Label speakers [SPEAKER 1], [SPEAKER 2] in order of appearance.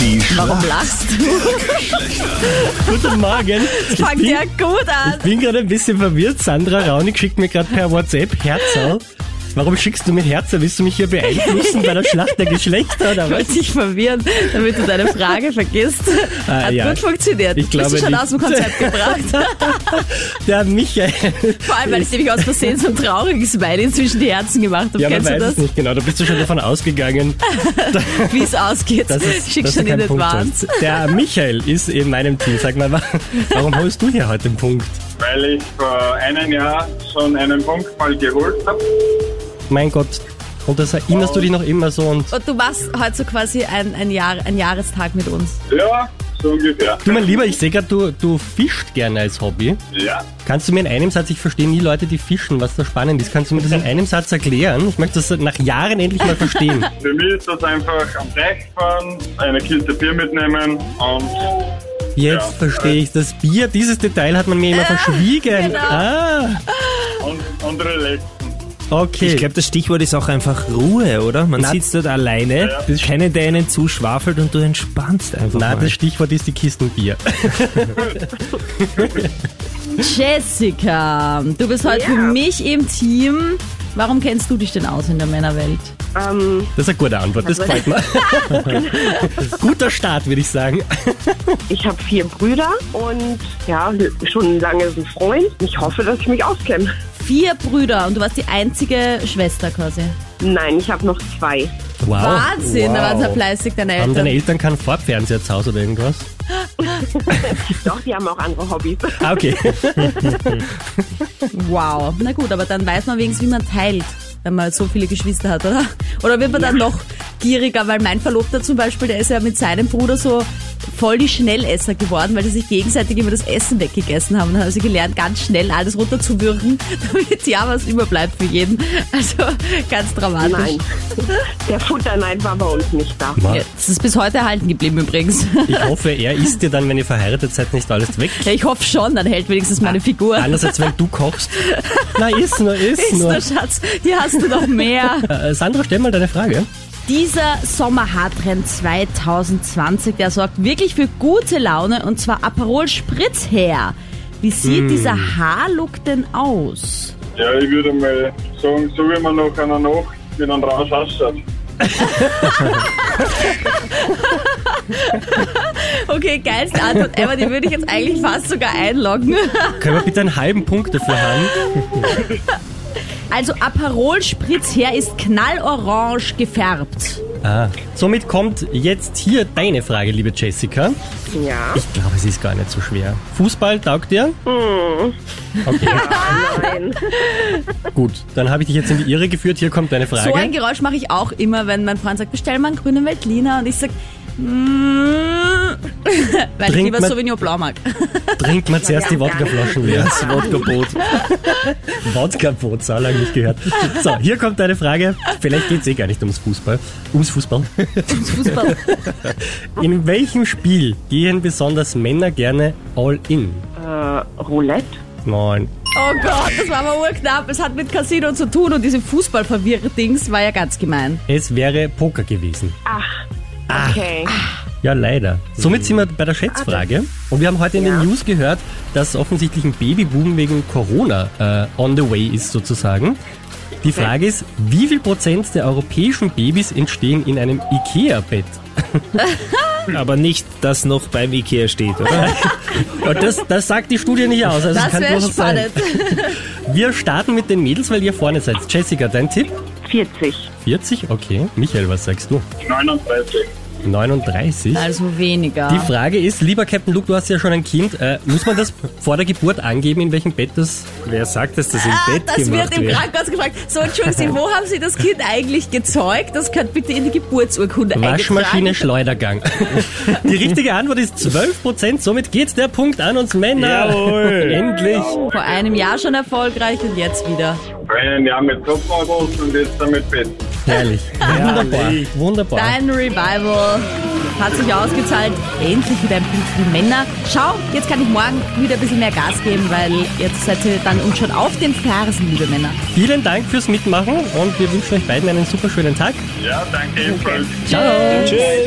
[SPEAKER 1] Die Schlacht
[SPEAKER 2] Warum lachst du?
[SPEAKER 3] Guten Morgen. Ich
[SPEAKER 2] Fangt
[SPEAKER 3] bin,
[SPEAKER 2] ja gut an.
[SPEAKER 3] ich bin gerade ein bisschen verwirrt. Sandra Raunig schickt mir gerade per WhatsApp Herzerl. Warum schickst du mir Herzerl? Willst du mich hier beeinflussen bei der Schlacht der Geschlechter oder was?
[SPEAKER 2] Ich wollte dich verwirren, damit du deine Frage vergisst.
[SPEAKER 3] Ah,
[SPEAKER 2] Hat
[SPEAKER 3] ja.
[SPEAKER 2] gut funktioniert.
[SPEAKER 3] Ich glaube
[SPEAKER 2] Bist du schon
[SPEAKER 3] nicht.
[SPEAKER 2] aus dem Konzept gebracht.
[SPEAKER 3] Der Michael.
[SPEAKER 2] Vor allem, weil ich nämlich aus Versehen so ein trauriges Smiley inzwischen die Herzen gemacht habe.
[SPEAKER 3] Ja, man
[SPEAKER 2] Kennst du
[SPEAKER 3] weiß
[SPEAKER 2] das?
[SPEAKER 3] es nicht genau. Da bist du schon davon ausgegangen,
[SPEAKER 2] Wie es ausgeht.
[SPEAKER 3] dass, es,
[SPEAKER 2] Schick
[SPEAKER 3] dass
[SPEAKER 2] schon
[SPEAKER 3] du
[SPEAKER 2] in
[SPEAKER 3] keinen Punkt
[SPEAKER 2] Advance.
[SPEAKER 3] hast. Der Michael ist in meinem Team. Sag mal, wa- warum holst du hier heute den Punkt?
[SPEAKER 4] weil ich vor einem Jahr schon einen Punkt mal geholt habe.
[SPEAKER 3] Mein Gott. Und das erinnerst
[SPEAKER 2] Oh.
[SPEAKER 3] du dich noch immer so und
[SPEAKER 2] Und du machst heute so quasi ein, ein, Jahr, ein Jahrestag mit uns.
[SPEAKER 4] Ja, so ungefähr.
[SPEAKER 3] Du, mein Lieber, ich sehe gerade, du, du fischst gerne als Hobby.
[SPEAKER 4] Ja.
[SPEAKER 3] Kannst du mir in einem Satz, ich verstehe nie Leute, die fischen, was da spannend ist, kannst du mir das in einem Satz erklären? Ich möchte das nach Jahren endlich mal verstehen.
[SPEAKER 4] Für mich ist das einfach am Deich fahren, eine Kiste Bier mitnehmen und
[SPEAKER 3] Jetzt verstehe ich das Bier, dieses Detail hat man mir immer verschwiegen.
[SPEAKER 2] genau.
[SPEAKER 3] Ah,
[SPEAKER 4] und, und relaxen.
[SPEAKER 3] okay.
[SPEAKER 5] Ich glaube, das Stichwort ist auch einfach Ruhe, oder? Man
[SPEAKER 3] Na-
[SPEAKER 5] sitzt dort alleine,
[SPEAKER 3] Ja.
[SPEAKER 5] keiner, der einen zuschwafelt und du entspannst einfach
[SPEAKER 3] Na,
[SPEAKER 5] mal.
[SPEAKER 3] das Stichwort ist die Kistenbier.
[SPEAKER 2] Jessica, du bist heute
[SPEAKER 6] Ja.
[SPEAKER 2] für mich im Team. Warum kennst du dich denn aus in der Männerwelt?
[SPEAKER 6] Ähm,
[SPEAKER 3] Das ist eine gute Antwort,
[SPEAKER 2] Also-
[SPEAKER 3] das freut mich. Guter Start, würde ich sagen.
[SPEAKER 6] ich habe vier Brüder und ja, schon lange ein Freund. Ich hoffe, dass ich mich auskenne.
[SPEAKER 2] Vier Brüder und du warst die einzige Schwester quasi.
[SPEAKER 6] Nein, ich habe noch zwei.
[SPEAKER 3] Wow.
[SPEAKER 2] Wahnsinn, da waren sehr fleißig deine
[SPEAKER 3] Haben deine
[SPEAKER 2] Eltern.
[SPEAKER 3] Eltern keinen Farbfernseher zu Hause oder irgendwas?
[SPEAKER 6] Doch, die haben auch andere Hobbys.
[SPEAKER 3] Ah, okay.
[SPEAKER 2] Wow. Na gut, aber dann weiß man wenigstens, wie man teilt, wenn man so viele Geschwister hat, oder? Oder wird man dann noch gieriger, weil mein Verlobter zum Beispiel, der ist ja mit seinem Bruder so voll die Schnellesser geworden, weil die sich gegenseitig immer das Essen weggegessen haben. Und dann haben sie gelernt, ganz schnell alles runterzuwürgen, damit ja was überbleibt für jeden. Also ganz dramatisch.
[SPEAKER 6] Nein. Der Futterneid war bei uns nicht da.
[SPEAKER 3] Wow.
[SPEAKER 2] Ja, Das ist bis heute erhalten geblieben übrigens.
[SPEAKER 3] Ich hoffe, er isst dir dann, wenn ihr verheiratet seid, nicht alles weg.
[SPEAKER 2] Ja, ich hoffe schon, dann hält wenigstens meine Figur.
[SPEAKER 3] Anders als wenn du kochst. Na, iss nur, iss,
[SPEAKER 2] Ist
[SPEAKER 3] nur.
[SPEAKER 2] nur, Schatz, hier hast du noch mehr.
[SPEAKER 3] Äh, Sandra, stell mal deine Frage.
[SPEAKER 2] Dieser Sommerhartrenn 2020, der sorgt wirklich für gute Laune und zwar Aperol Spritz her. Wie sieht
[SPEAKER 3] Hm.
[SPEAKER 2] dieser Haarlook denn aus?
[SPEAKER 4] Ja, ich würde mal sagen, so wie man nach einer Nacht mit einem Rausch ausschaut.
[SPEAKER 2] Okay, geilste Antwort ever, die würde ich jetzt eigentlich fast sogar einloggen.
[SPEAKER 3] Können wir bitte einen halben Punkt dafür haben?
[SPEAKER 2] Also Aperol Spritz her ist knallorange gefärbt.
[SPEAKER 3] Ah. Somit kommt jetzt hier deine Frage, liebe Jessica.
[SPEAKER 6] Ja.
[SPEAKER 3] Ich glaube, es ist gar nicht so schwer. Fußball taugt dir?
[SPEAKER 6] Nein.
[SPEAKER 3] Gut, dann habe ich dich jetzt in die Irre geführt. Hier kommt deine Frage.
[SPEAKER 2] So ein Geräusch mache ich auch immer, wenn mein Freund sagt, bestell mal einen grünen Veltliner und ich sage, mm, weil ich
[SPEAKER 3] Trinkt
[SPEAKER 2] lieber
[SPEAKER 3] man-
[SPEAKER 2] Sauvignon Blanc mag.
[SPEAKER 3] Trinkt man zuerst die
[SPEAKER 6] Ja, gerne.
[SPEAKER 3] Wodkaflaschen leer. Das Wodkaboot. Wodkaboot, so lange nicht gehört. So, hier kommt deine Frage. Vielleicht geht es eh gar nicht ums Fußball. Ums Fußball.
[SPEAKER 2] Fußball.
[SPEAKER 3] In welchem Spiel gehen besonders Männer gerne all in?
[SPEAKER 6] Äh, Roulette?
[SPEAKER 3] Nein.
[SPEAKER 2] Oh Gott, das war aber urknapp. Es hat mit Casino zu tun und diese Fußballverwirr-Dings war ja ganz gemein.
[SPEAKER 3] Es wäre Poker gewesen.
[SPEAKER 6] Okay.
[SPEAKER 3] Ja, leider. Somit sind wir bei der Schätzfrage. Und wir haben heute in den News gehört, dass offensichtlich ein Babyboom wegen Corona äh, on the way ist sozusagen. Die Frage ist, wie viel Prozent der europäischen Babys entstehen in einem Ikea-Bett?
[SPEAKER 5] Aber nicht, dass noch beim Ikea steht, oder?
[SPEAKER 3] Und das, das sagt die Studie nicht aus. Also es
[SPEAKER 2] Das
[SPEAKER 3] kann
[SPEAKER 2] wäre
[SPEAKER 3] durchaus
[SPEAKER 2] spannend.
[SPEAKER 3] Sein. Wir starten mit den Mädels, weil ihr vorne seid. Jessica, dein Tipp?
[SPEAKER 6] 40.
[SPEAKER 3] 40? Okay. Michael, was sagst du?
[SPEAKER 4] 39.
[SPEAKER 3] 39?
[SPEAKER 2] Also weniger.
[SPEAKER 3] Die Frage ist, lieber Captain Luke, du hast ja schon ein Kind. Äh, muss man das vor der Geburt angeben, in welchem Bett das
[SPEAKER 5] Wer sagt, dass das im
[SPEAKER 2] Ah,
[SPEAKER 5] Bett
[SPEAKER 2] das
[SPEAKER 5] gemacht
[SPEAKER 2] wird im
[SPEAKER 5] wird?
[SPEAKER 2] Krankenhaus gefragt. So, entschuldigen Sie, wo haben Sie das Kind eigentlich gezeugt? Das könnt bitte in die Geburtsurkunde
[SPEAKER 3] Waschmaschine
[SPEAKER 2] eingetragen.
[SPEAKER 3] Schleudergang? Die richtige Antwort ist 12%. Somit geht der Punkt an uns Männer.
[SPEAKER 5] Jawohl.
[SPEAKER 3] Endlich.
[SPEAKER 2] Vor einem Jahr schon erfolgreich und jetzt wieder.
[SPEAKER 4] Ein Jahr mit Topmodels und jetzt damit Bett.
[SPEAKER 3] Herrlich. Wunderbar. Wunderbar.
[SPEAKER 2] Dein Revival hat sich ausgezahlt. Endlich wieder ein Punkt für die Männer. Schau, jetzt kann ich morgen wieder ein bisschen mehr Gas geben, weil jetzt seid ihr dann uns schon auf den Fersen, liebe Männer.
[SPEAKER 3] Vielen Dank fürs Mitmachen und wir wünschen euch beiden einen super schönen Tag.
[SPEAKER 4] Ja, danke ebenfalls.
[SPEAKER 3] Ciao.